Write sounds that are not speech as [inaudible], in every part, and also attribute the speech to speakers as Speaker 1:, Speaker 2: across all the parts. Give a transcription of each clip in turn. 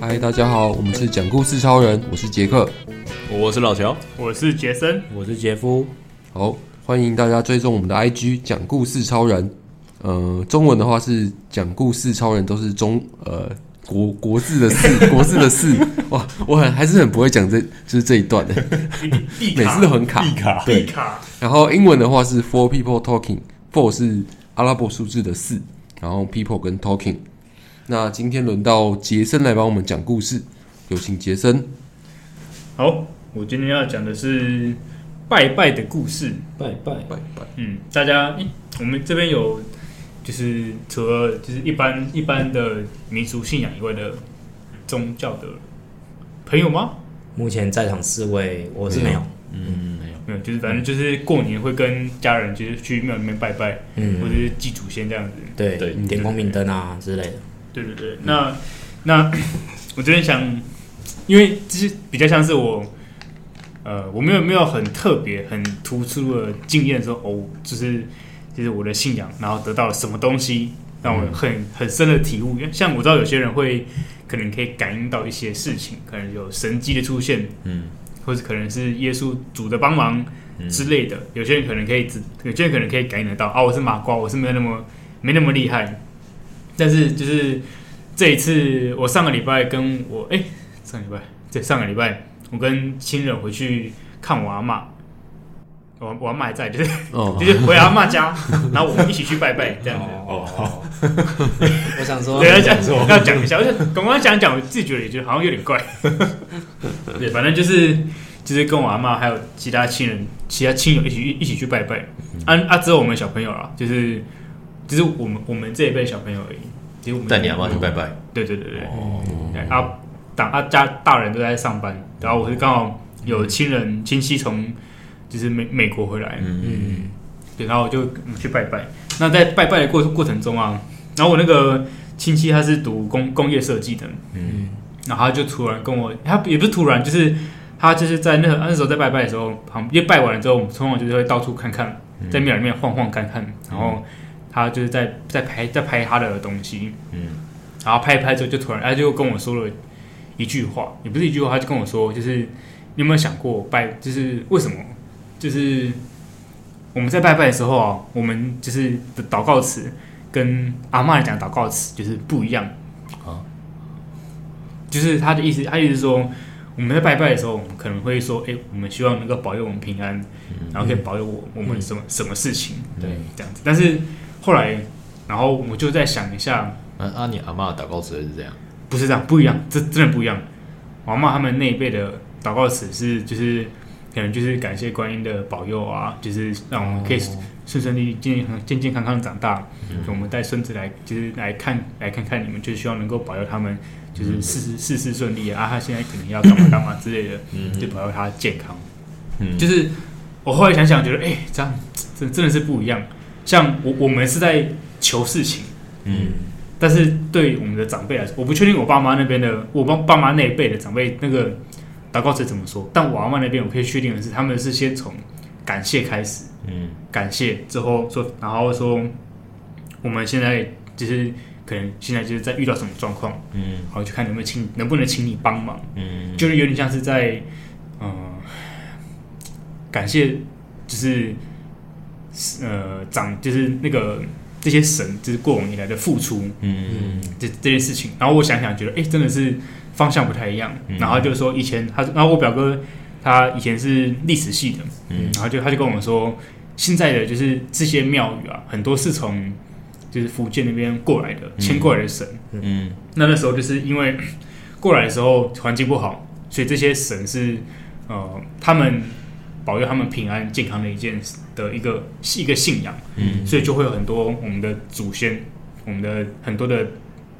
Speaker 1: 嗨，大家好，我们是讲故事超人，我是杰克。
Speaker 2: 我是老乔，
Speaker 3: 我是杰森，
Speaker 4: 我是杰夫，
Speaker 1: 好，欢迎大家追踪我们的 IG 讲故事超人。呃，中文的话是讲故事超人，都是中呃国国字的字，国字的字。哇，我很还是很不会讲这就是这一段的，
Speaker 3: 必
Speaker 1: 每次都很卡。
Speaker 2: 卡
Speaker 3: 必卡，
Speaker 1: 然后英文的话是 four people talking，four 是阿拉伯数字的四，然后 people 跟 talking。那今天轮到杰森来帮我们讲故事，有请杰森。
Speaker 3: 好，我今天要讲的是拜拜的故事。
Speaker 4: 拜拜。
Speaker 1: 拜拜。
Speaker 3: 嗯，大家，诶我们这边有就是除了就是一般一般的民俗信仰以外的宗教的朋友吗？
Speaker 4: 目前在场四位，我是没有，
Speaker 2: 嗯，没有，
Speaker 3: 没有，就是反正就是过年会跟家人就是去庙里面拜拜，
Speaker 4: 嗯
Speaker 3: 或者是祭祖先这样子。
Speaker 4: 对，
Speaker 2: 对
Speaker 4: 点光明灯啊之类的。
Speaker 3: 对对对，那那 [coughs] 我这边想，因为这是比较像是我，呃，我没有没有很特别、很突出的经验说，哦，就是就是我的信仰，然后得到了什么东西，让我很很深的体悟。因为像我知道有些人会可能可以感应到一些事情，可能有神迹的出现，
Speaker 2: 嗯，
Speaker 3: 或者可能是耶稣主的帮忙之类的。有些人可能可以只，有些人可能可以感应得到啊，我是麻瓜，我是没有那么没那么厉害。但是就是这一次，我上个礼拜跟我哎、上个礼拜对上个礼拜，我跟亲人回去看我阿嬷，我我阿嬷还在，就是、
Speaker 1: 哦
Speaker 3: [laughs] 就是回阿嬷家，然后我们一起去拜拜这样子。
Speaker 4: 哦，我想说
Speaker 3: 对，，要讲要讲一下，而且刚刚讲讲，我自己觉得也觉得好像有点怪。对，反正就是就是跟我阿妈还有其他亲人、其他亲友一起去一起去拜拜。啊啊，只有我们小朋友啦，就是就是我们我们这一辈小朋友而已。其实我们
Speaker 2: 带你阿妈去拜拜，
Speaker 3: 对对对对，对啊，大啊家大人都在上班，然后我是刚好有亲人亲戚从就是美美国回来，
Speaker 4: 嗯，
Speaker 3: 对，然后我就嗯去拜拜。那在拜拜的过过程中啊，然后我那个亲戚他是读工工业设计的，嗯，然后他就突然跟我，他也不是突然，就是他就是在那那时候在拜拜的时候，旁因为拜完了之后，我们通常就是会到处看看，在庙里面晃晃看看，然后他就是在在拍在拍他的东西，
Speaker 2: 嗯，
Speaker 3: 然后拍一拍之后，就突然他哎就跟我说了一句话，也不是一句话，他就跟我说，就是你有没有想过拜，就是为什么，就是我们在拜拜的时候啊，我们就是的祷告词跟阿嬷讲的祷告词就是不一样
Speaker 2: 啊，
Speaker 3: 就是他的意思，他意思是说。我们在拜拜的时候，我们可能会说：“哎、我们希望能够保佑我们平安，然后可以保佑我我们什么、什么事情。”
Speaker 4: 对，
Speaker 3: 这样子。但是后来，然后我就在想一下，
Speaker 2: 啊啊，你阿妈祷告词是这样，
Speaker 3: 不是这样，不一样，这真的不一样。我阿妈他们那一辈的祷告词是，就是可能就是感谢观音的保佑啊，就是让我们可以顺顺利利、健健康健健康康地长大。我们带孙子来，就是来看来看看你们，就是希望能够保佑他们，就是事事事事顺利啊。啊他现在可能要干嘛干嘛之类的，就保佑他健康。
Speaker 2: 嗯
Speaker 3: 就是我后来想想，觉得哎、这样真真的是不一样。像我我们是在求事情。
Speaker 2: 嗯，
Speaker 3: 但是对我们的长辈来说，我不确定我爸妈那边的，我爸爸妈那一辈的长辈那个祷告词怎么说，但我阿妈那边我可以确定的是，他们是先从感谢开始，
Speaker 2: 嗯，
Speaker 3: 感谢之后说，然后说我们现在就是可能现在就是在遇到什么状况，
Speaker 2: 嗯，
Speaker 3: 然后去看能不能请能不能请你帮忙，
Speaker 2: 嗯，
Speaker 3: 就是有点像是在嗯、呃感谢，就是呃长就是那个这些神就是过往以来的付出，
Speaker 2: 嗯，
Speaker 3: 这这件事情，然后我想想觉得，哎、真的是方向不太一样。
Speaker 2: 嗯
Speaker 3: 然后就说以前他，然后我表哥他以前是历史系的，
Speaker 2: 嗯
Speaker 3: 然后就他就跟我说，现在的就是这些庙宇啊，很多是从就是福建那边过来的，迁过来的神。
Speaker 2: 嗯，
Speaker 3: 那那时候就是因为过来的时候环境不好，所以这些神是呃他们保佑他们平安健康的一件事的一个一个信仰，
Speaker 2: 嗯，
Speaker 3: 所以就会有很多我们的祖先，我们的很多的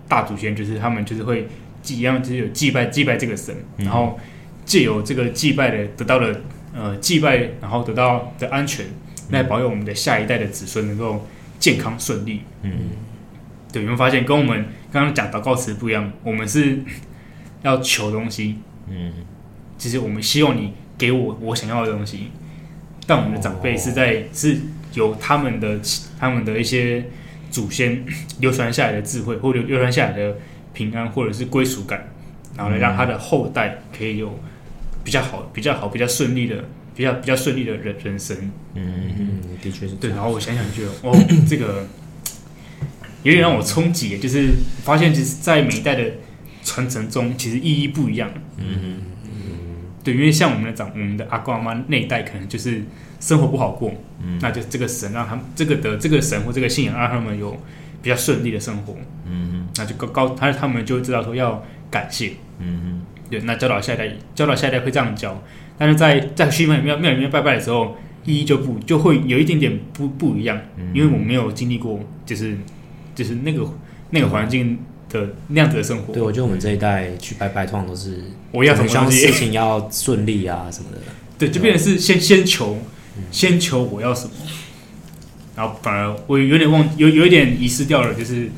Speaker 3: 大祖先，就是他们就是会祭一样，就是有祭拜祭拜这个神，
Speaker 2: 嗯
Speaker 3: 然后借由这个祭拜的得到的呃祭拜，然后得到的安全，
Speaker 2: 嗯
Speaker 3: 来保佑我们的下一代的子孙能够健康顺利。
Speaker 2: 嗯，
Speaker 3: 对，有没有发现跟我们刚刚讲祷告词不一样？我们是要求东西，
Speaker 2: 嗯，
Speaker 3: 其实我们希望你给我我想要的东西，但我们的长辈是在、是由他们的他们的一些祖先流传下来的智慧，或者流传下来的平安，或者是归属感，然后呢，让他的后代可以有比较好、比较好、比较顺利的、比较比较顺利的人人生。
Speaker 4: 嗯，的确是这
Speaker 3: 对，
Speaker 4: 样。
Speaker 3: 然后我想想就哦，这个有点让我冲击，就是发现其实，在每一代的传承中，其实意义不一样。
Speaker 2: 嗯
Speaker 3: 对，因为像我们的长，我们的阿公阿妈那一代，可能就是生活不好过，
Speaker 2: 嗯
Speaker 3: 那就这个神让他们这个的这个神或这个信仰让他们有比较顺利的生活，
Speaker 2: 嗯
Speaker 3: 那就高高，他他们就会知道说要感谢，
Speaker 2: 嗯
Speaker 3: 对，那教导下一代，教导下一代会这样教，但是在在去庙里面庙里面拜拜的时候，意义就不就会有一点点不不一样，
Speaker 4: 嗯
Speaker 3: 因为我没有经历过，就是就是那个那个环境的那样子的生活
Speaker 4: 对，，我觉得我们这一代去拜拜，通常都是
Speaker 3: 我要什
Speaker 4: 很
Speaker 3: 么
Speaker 4: 希
Speaker 3: 东
Speaker 4: 望
Speaker 3: 西
Speaker 4: 事？情要顺利啊什么的。
Speaker 3: 对，就变成是先先求，先求我要什么，然后反而我有点忘，有有一点遗失掉了，就是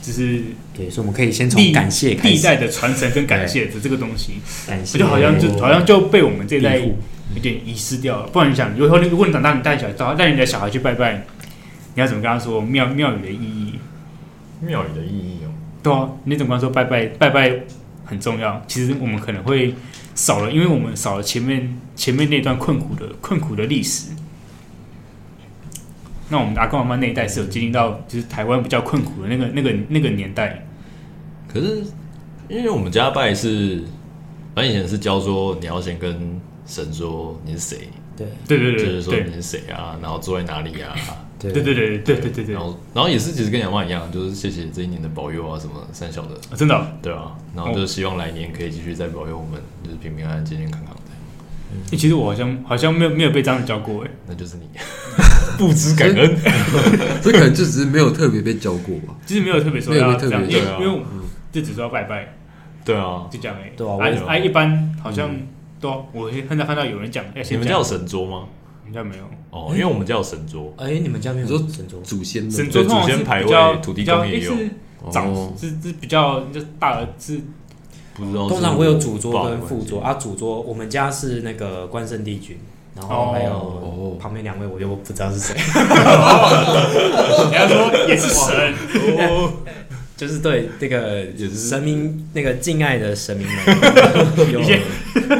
Speaker 3: 就是
Speaker 4: 对，所以我们可以先从
Speaker 3: 历
Speaker 4: 感谢开
Speaker 3: 历
Speaker 4: 始，
Speaker 3: 代的传承跟感谢的这个东西，
Speaker 4: 感
Speaker 3: 我
Speaker 4: 谢，
Speaker 3: 就好像就好像就被我们这一代
Speaker 4: 庇护
Speaker 3: 有点遗失掉了。不然你想，如果如果你长大，你带小孩带你的小孩去拜拜，你要怎么跟他说庙庙宇的意义？
Speaker 2: 嗯，庙宇的意义哦，
Speaker 3: 对啊，你怎么跟他说拜拜拜拜很重要？其实我们可能会少了，因为我们少了前面前面那段困苦的困苦的历史。那我们的阿公阿妈那一代是有经历到，就是台湾比较困苦的那个那个那个年代。
Speaker 2: 可是因为我们家拜是，反正以前是教说你要先跟神说你是谁，
Speaker 4: 对
Speaker 3: 对对
Speaker 2: 就
Speaker 3: 对
Speaker 2: 是
Speaker 3: 对
Speaker 2: 说你是谁啊，然后住在哪里啊，
Speaker 4: 对
Speaker 3: 对对对对对对对对
Speaker 2: 然，后然后也是其实跟养妈一样，就是谢谢这一年的保佑啊，什么三小的，
Speaker 3: 啊真的哦、
Speaker 2: 对啊，然后就希望来年可以继续再保佑我们，就是平平安安、健健康康
Speaker 3: 欸
Speaker 2: 的。
Speaker 3: 其实我好像好像没有没有被这样教过哎。
Speaker 2: 那就是你 [laughs] 不知感恩。
Speaker 1: 这可能就只是没有特别被教过吧。
Speaker 3: 其实没有特别说要这样，
Speaker 1: 没有特
Speaker 3: 因
Speaker 1: 别
Speaker 3: 为
Speaker 2: 对啊
Speaker 3: 因为我就只说要拜拜，
Speaker 2: 对啊，
Speaker 3: 就这样而已。
Speaker 4: 对啊我也
Speaker 3: 哎哎，一般好像
Speaker 2: 嗯
Speaker 3: 对啊，我很少看到有人讲，哎，
Speaker 2: 你
Speaker 3: 先
Speaker 2: 们家
Speaker 3: 讲
Speaker 2: 有神桌吗？
Speaker 3: 我们家没有，
Speaker 2: 哦，因为我们家有神桌，
Speaker 4: 哎，你们家没有
Speaker 1: 你说
Speaker 4: 神桌？
Speaker 1: 祖先
Speaker 3: 神
Speaker 1: 的
Speaker 3: 桌
Speaker 2: 对
Speaker 3: 通常
Speaker 2: 祖先
Speaker 3: 是
Speaker 2: 牌
Speaker 3: 比
Speaker 2: 位
Speaker 3: 较
Speaker 2: 土地
Speaker 3: 比较
Speaker 2: 公也
Speaker 3: 诶
Speaker 2: 有
Speaker 3: 是长
Speaker 1: 哦，
Speaker 3: 是是比较就大的 [laughs] 是
Speaker 2: 不知道哦是
Speaker 4: 通常会有主桌
Speaker 2: 爸爸
Speaker 4: 跟
Speaker 2: 的
Speaker 4: 副桌
Speaker 2: 关
Speaker 4: 啊，主桌我们家是那个关圣帝君，然后还有
Speaker 1: 哦
Speaker 4: 旁边两位我就不知道是谁，
Speaker 3: 人家说也是神，
Speaker 4: 就是对这个
Speaker 2: 也是
Speaker 4: 神明那个敬爱的神明们
Speaker 2: [laughs]
Speaker 4: 有
Speaker 3: 一些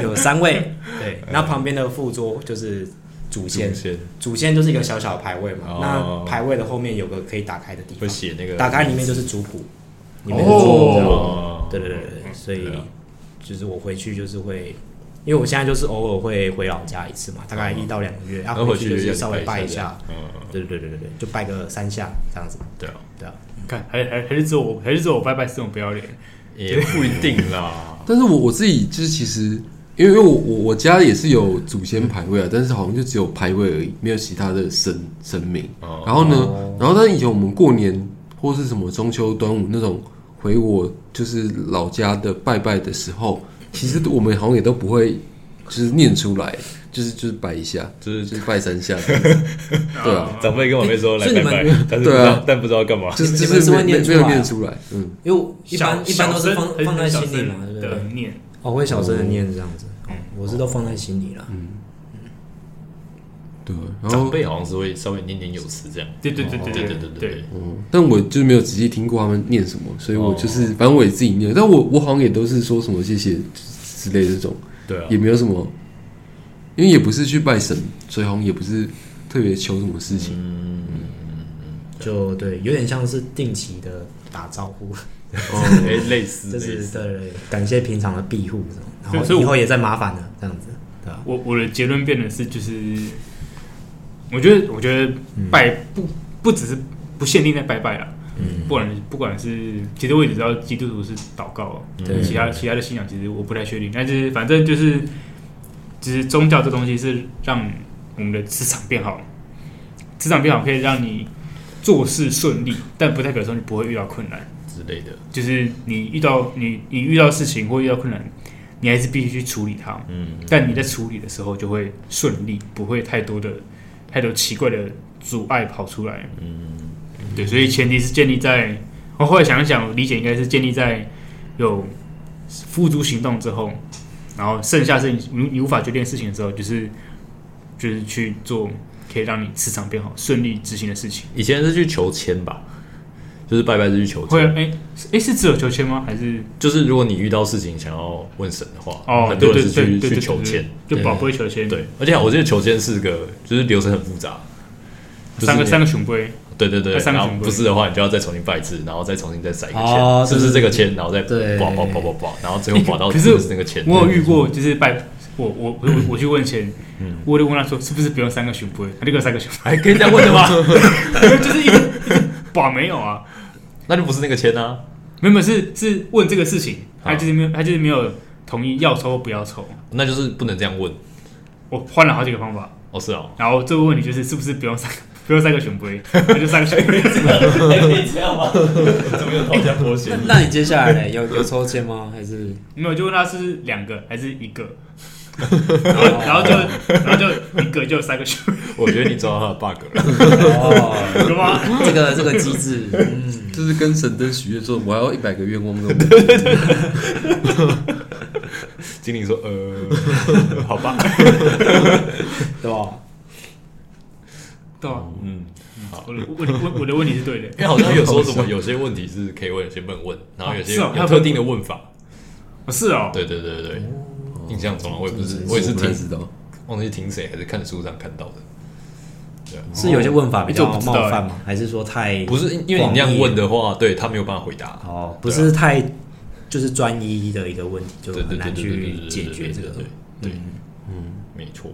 Speaker 4: 有三位，对，那旁边的副桌就是祖
Speaker 2: 系
Speaker 4: 先
Speaker 2: 嗯祖，先
Speaker 4: 祖先就是一个小小的牌位嘛
Speaker 2: 哦，
Speaker 4: 那牌位的后面有个可以打开的地
Speaker 2: 会
Speaker 4: 方，
Speaker 2: 写那个
Speaker 4: 打开里面就是族谱，里面的族谱这样
Speaker 2: 哦，
Speaker 4: 对对对对对，所以
Speaker 2: 对啊
Speaker 4: 就是我回去就是会，因为我现在就是偶尔会回老家一次嘛，大概一到两个月，然
Speaker 2: 哦然
Speaker 4: 后
Speaker 2: 后回
Speaker 4: 去
Speaker 2: 去
Speaker 4: 就是
Speaker 2: 就
Speaker 4: 稍微拜一下，，
Speaker 2: 嗯，
Speaker 4: 对对对对对对，就拜个三下这样子，
Speaker 2: 对啊，
Speaker 4: 对啊，
Speaker 3: 看还还还是只有我还是只有我拜拜是这种不要脸，
Speaker 2: 也不一定 [laughs] 啦，
Speaker 1: 但是我我自己就是其实，因为因为我我我家也是有祖先牌位啊，但是好像就只有牌位而已，没有其他的神神明。
Speaker 2: 哦
Speaker 1: 然后呢，然后但以前我们过年或是什么中秋、端午那种回我就是老家的拜拜的时候，其实我们好像也都不会就是念出来，就是就是拜一下，
Speaker 2: 就是
Speaker 1: 就是拜三下这样
Speaker 2: [laughs]
Speaker 1: 子，对
Speaker 4: [laughs]
Speaker 1: 啊，
Speaker 2: 长辈跟晚辈说
Speaker 4: 所以你们
Speaker 2: 但
Speaker 1: 对啊
Speaker 2: 但不知道干嘛，
Speaker 1: 就是
Speaker 4: 你
Speaker 1: 就
Speaker 4: 们是会
Speaker 1: 没没
Speaker 4: 念出
Speaker 1: 没
Speaker 4: 来啊
Speaker 1: 有念出来，嗯。
Speaker 4: 因为我一般
Speaker 3: 小
Speaker 4: 一般都是
Speaker 3: 小声
Speaker 4: 放
Speaker 3: 很
Speaker 4: 放在
Speaker 3: 小
Speaker 4: 心里嘛，
Speaker 3: 声
Speaker 4: 对不
Speaker 3: 的
Speaker 4: 对？
Speaker 3: 念，
Speaker 4: 哦，会小声的念这样子，哦，我是都放在心里了，
Speaker 2: 嗯啊
Speaker 1: 对，然
Speaker 2: 长
Speaker 1: 后
Speaker 2: 辈好像是会稍微念念有词这样，
Speaker 3: 对对对对
Speaker 2: 对对对
Speaker 3: 对
Speaker 2: 对对，
Speaker 1: 嗯，但我就没有仔细听过他们念什么，所以我
Speaker 2: 哦
Speaker 1: 就是、反正我也自己念，但我我好像也都是说什么谢谢之类的这种，
Speaker 2: 对啊
Speaker 1: 也，没有什么，因为也不是去拜神，所以好像也不是特别求什么事情。
Speaker 2: 嗯
Speaker 4: 就对，有点像是定期的打招呼，
Speaker 2: 哎，类似
Speaker 4: [laughs] 就
Speaker 2: 类
Speaker 4: 是
Speaker 2: 似，
Speaker 4: 对感谢平常的庇护这种，然
Speaker 3: 所以所以
Speaker 4: 后
Speaker 3: 我
Speaker 4: 以后也再麻烦了这样子，对吧？
Speaker 3: 啊我我的结论变得是，就是我觉得我觉得拜、不不只是不限定在拜拜啦，嗯，不管不管是，其实我也知道基督徒是祷告，哦
Speaker 4: 对
Speaker 3: 其他其他的信仰其实我不太确定，但是反正就是，其实宗教这东西是让我们的磁场变好，磁场变好可以让你做事顺利，但不代表说你不会遇到困难。
Speaker 2: 之类的，
Speaker 3: 就是你遇到你你遇到事情或遇到困难，你还是必须去处理它。
Speaker 2: 嗯，
Speaker 3: 但你在处理的时候就会顺利，不会太多的太多奇怪的阻碍跑出来。嗯，对，所以前提是建立在我后来想一想，我理解应该是建立在有付诸行动之后，然后剩下是你你无法决定的事情的时候，就是就是去做可以让你磁场变好、顺利执行的事情。
Speaker 2: 以前是去求签吧，就是拜拜是去求
Speaker 3: 会
Speaker 2: 签，
Speaker 3: 哎是哎是只有求签吗？还是
Speaker 2: 就是如果你遇到事情想要问神的话，
Speaker 3: 哦
Speaker 2: 很
Speaker 3: 对
Speaker 2: 多
Speaker 3: 对
Speaker 2: 人
Speaker 3: 对对
Speaker 2: 是去
Speaker 3: 对
Speaker 2: 去
Speaker 3: 对
Speaker 2: 求签，
Speaker 3: 对就宝贝求签，，
Speaker 2: 对，而且我记得求签是个就是流程很复杂，就是
Speaker 3: 三个
Speaker 2: 你
Speaker 3: 三个雄龟，
Speaker 2: 对对对，
Speaker 3: 那三个
Speaker 2: 然后
Speaker 3: 熊龟
Speaker 2: 不是的话，你就要再重新拜一次，然后再重新再塞一个
Speaker 4: 哦
Speaker 2: 签，是不是这个签，然后再
Speaker 4: 对
Speaker 2: 刮刮刮刮刮，然后最后刮 [laughs] 到
Speaker 3: 可是
Speaker 2: 那个签。
Speaker 3: 我有遇过，就是拜我我我我去问钱，
Speaker 2: 嗯
Speaker 3: 我就问他说是不是不用三个雄龟，他就给我三个雄
Speaker 2: [laughs] 还可以这样问
Speaker 3: [laughs]
Speaker 2: 的吗？
Speaker 3: 龟，就是一个宝没有啊，
Speaker 2: 那就不是那个签啊。
Speaker 3: 没有没有是是问这个事情，他
Speaker 2: 好
Speaker 3: 就是没有他就是没有同意要抽或不要抽，
Speaker 2: 那就是不能这样问。
Speaker 3: 我换了好几个方法，
Speaker 2: 哦，是哦，
Speaker 3: 然后最后问题就是是不是不用三个不用三个雄龟，他就三个雄 [laughs]
Speaker 2: [laughs]
Speaker 3: 龟，
Speaker 2: 可哎以这样吗？怎么有套家拖
Speaker 4: 那那你接下来呢？有有抽签吗？还是
Speaker 3: 没有就问他是两个还是一
Speaker 2: [laughs]
Speaker 3: 个。然后，然后就，然后就一个就三个雄
Speaker 2: [laughs] 我觉得你抓到他的 bug 了。
Speaker 4: 哦，
Speaker 3: 龟吗？
Speaker 4: 这个这个机制，嗯，
Speaker 1: 就是跟神灯许愿说我要一百个愿望 [laughs] 那种。
Speaker 2: [laughs] 经理说：“ [laughs] 呃，好吧。
Speaker 4: 对吧？
Speaker 3: 对啊，”
Speaker 2: 嗯，
Speaker 3: 我的问问我的问题是对的，
Speaker 2: 因为好像有说什么，有些问题是可以问，有些不能问，然后有些
Speaker 3: 是哦
Speaker 2: 有特定的问法。
Speaker 3: 哦是哦，
Speaker 2: 对对对对对，
Speaker 4: 哦
Speaker 2: 印象中啊我也不是，我
Speaker 1: 我
Speaker 2: 也是
Speaker 1: 不太
Speaker 2: 听
Speaker 1: 知道，
Speaker 2: 忘记听谁还是看书上看到的。对啊，
Speaker 4: [laughs] 是有些问法比较
Speaker 3: 这我不知道
Speaker 4: 冒犯吗？还是说太
Speaker 2: 不是因因为你那样问的话，对啊他没有办法回答。
Speaker 4: 哦，不是太就是专一的一个问题，就
Speaker 2: 对
Speaker 4: 很
Speaker 2: 对对
Speaker 4: 难
Speaker 2: 对对对
Speaker 4: 去
Speaker 2: 对，
Speaker 4: 解决这个
Speaker 2: 对对，嗯，没错。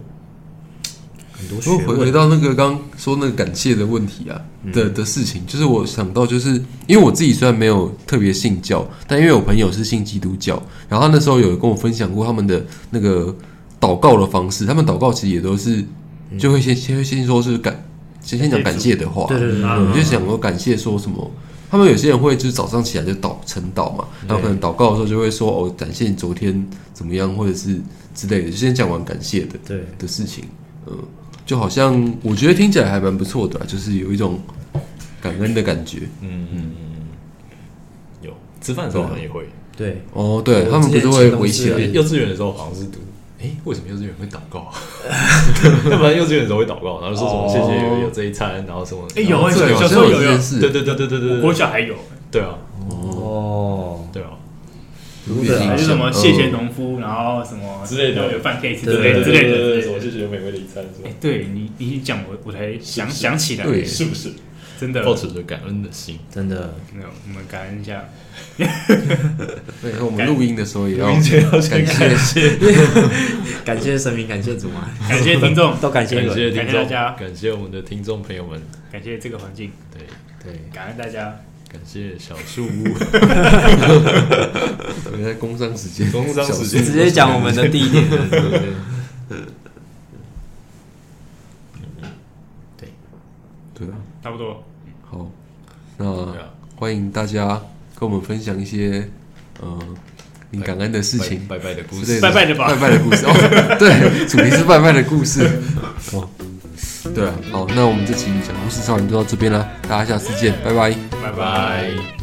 Speaker 4: 很多学
Speaker 1: 如果回回
Speaker 4: 问。嗯
Speaker 1: 到那个刚刚说那个感谢的问题啊的的事情，就是我想到，就是因为我自己虽然没有特别信教，但因为我朋友是信基督教，然后他那时候有跟我分享过他们的那个祷告的方式，他们祷告其实也都是
Speaker 4: 嗯
Speaker 1: 就会先先会先说是感先先讲感谢的话，
Speaker 4: 对对对
Speaker 3: 啊
Speaker 1: 我们就想说感谢说什么。他们有些人会就是早上起来就祷晨祷嘛，然后可能祷告的时候就会说哦，感谢你昨天怎么样，或者是之类的，就先讲完感谢的
Speaker 4: 对，
Speaker 1: 的事情。嗯，就好像我觉得听起来还蛮不错的啊、就是有一种感恩的感觉。
Speaker 2: 嗯嗯嗯，有吃饭的时候好像也会，
Speaker 4: 对，
Speaker 1: 哦，对
Speaker 4: 我
Speaker 1: 他们不
Speaker 4: 之
Speaker 1: 是
Speaker 4: 前
Speaker 1: 会
Speaker 4: 前公
Speaker 1: 围
Speaker 4: 司
Speaker 1: 起来
Speaker 4: 对
Speaker 2: 幼稚园的时候好像是读，哎，为什么幼稚园会祷告啊？反正幼稚园的时候会祷告，然后说什么谢谢有有这一餐，然后什么，
Speaker 3: 哎有
Speaker 2: 然后
Speaker 3: 哎
Speaker 2: 哦这个
Speaker 1: 对，
Speaker 3: 小
Speaker 1: 好
Speaker 3: 时
Speaker 1: 像
Speaker 3: 候
Speaker 1: 有
Speaker 3: 有
Speaker 1: 这
Speaker 3: 有
Speaker 1: 件
Speaker 2: 对
Speaker 1: 事，
Speaker 2: 对对对对对
Speaker 3: 我国
Speaker 2: 对，
Speaker 3: 小还有，
Speaker 2: 对啊
Speaker 4: 哦，
Speaker 2: 对啊，
Speaker 1: 有
Speaker 4: 啊
Speaker 1: 点
Speaker 3: 还
Speaker 1: 印
Speaker 3: 是什
Speaker 1: 象
Speaker 3: 么谢谢农夫，然后什么
Speaker 2: 嗯之类的
Speaker 3: 有饭可以吃
Speaker 4: 对
Speaker 3: 之
Speaker 2: 对
Speaker 3: 类的
Speaker 2: 对
Speaker 3: 之
Speaker 2: 对
Speaker 3: 类
Speaker 2: 对对，
Speaker 3: 的
Speaker 2: 什
Speaker 3: 之
Speaker 2: 么
Speaker 3: 类的。
Speaker 2: 谢谢有美味的一餐是吧
Speaker 3: 哎？，对你你一讲我我才想
Speaker 2: 是
Speaker 3: 想起来，
Speaker 1: 对
Speaker 2: 是不是？
Speaker 3: 真的
Speaker 2: 抱持着感恩的心，
Speaker 4: 真的，
Speaker 3: 没有，我们感恩一下。
Speaker 1: 对，我们录音的时候也要
Speaker 2: 并且要先
Speaker 1: 感
Speaker 2: 感
Speaker 1: 谢。 [laughs]
Speaker 2: 谢。
Speaker 4: 感谢神明，感谢主啊，，
Speaker 3: 感谢听众
Speaker 4: 都感谢
Speaker 2: 感谢
Speaker 4: 人，
Speaker 2: 听
Speaker 3: 感谢
Speaker 2: 众，
Speaker 3: 大家
Speaker 2: 感谢我们的听众朋友们，
Speaker 3: 感谢这个环境，
Speaker 2: 对，
Speaker 4: 对，
Speaker 3: 感恩大家。
Speaker 2: 感谢小树屋，
Speaker 1: 我们在工商时间，
Speaker 2: 工商时间
Speaker 1: 小
Speaker 4: 直接讲我们的地点了，对不对？
Speaker 1: 对啊，
Speaker 3: 差不多，
Speaker 1: 好，
Speaker 2: 对
Speaker 1: 那
Speaker 2: 啊，
Speaker 1: 欢迎大家跟我们分享一些呃你感恩的事情。
Speaker 2: 拜拜的故
Speaker 1: 之类
Speaker 2: 事，
Speaker 3: 拜拜的吧
Speaker 1: 拜拜的故事。哦，对，主题是拜拜的故事。
Speaker 3: 哦
Speaker 1: 对啊，好，那我们这期讲故事超人就到这边啦，大家下次见，拜拜。
Speaker 3: 拜拜。
Speaker 2: 拜拜。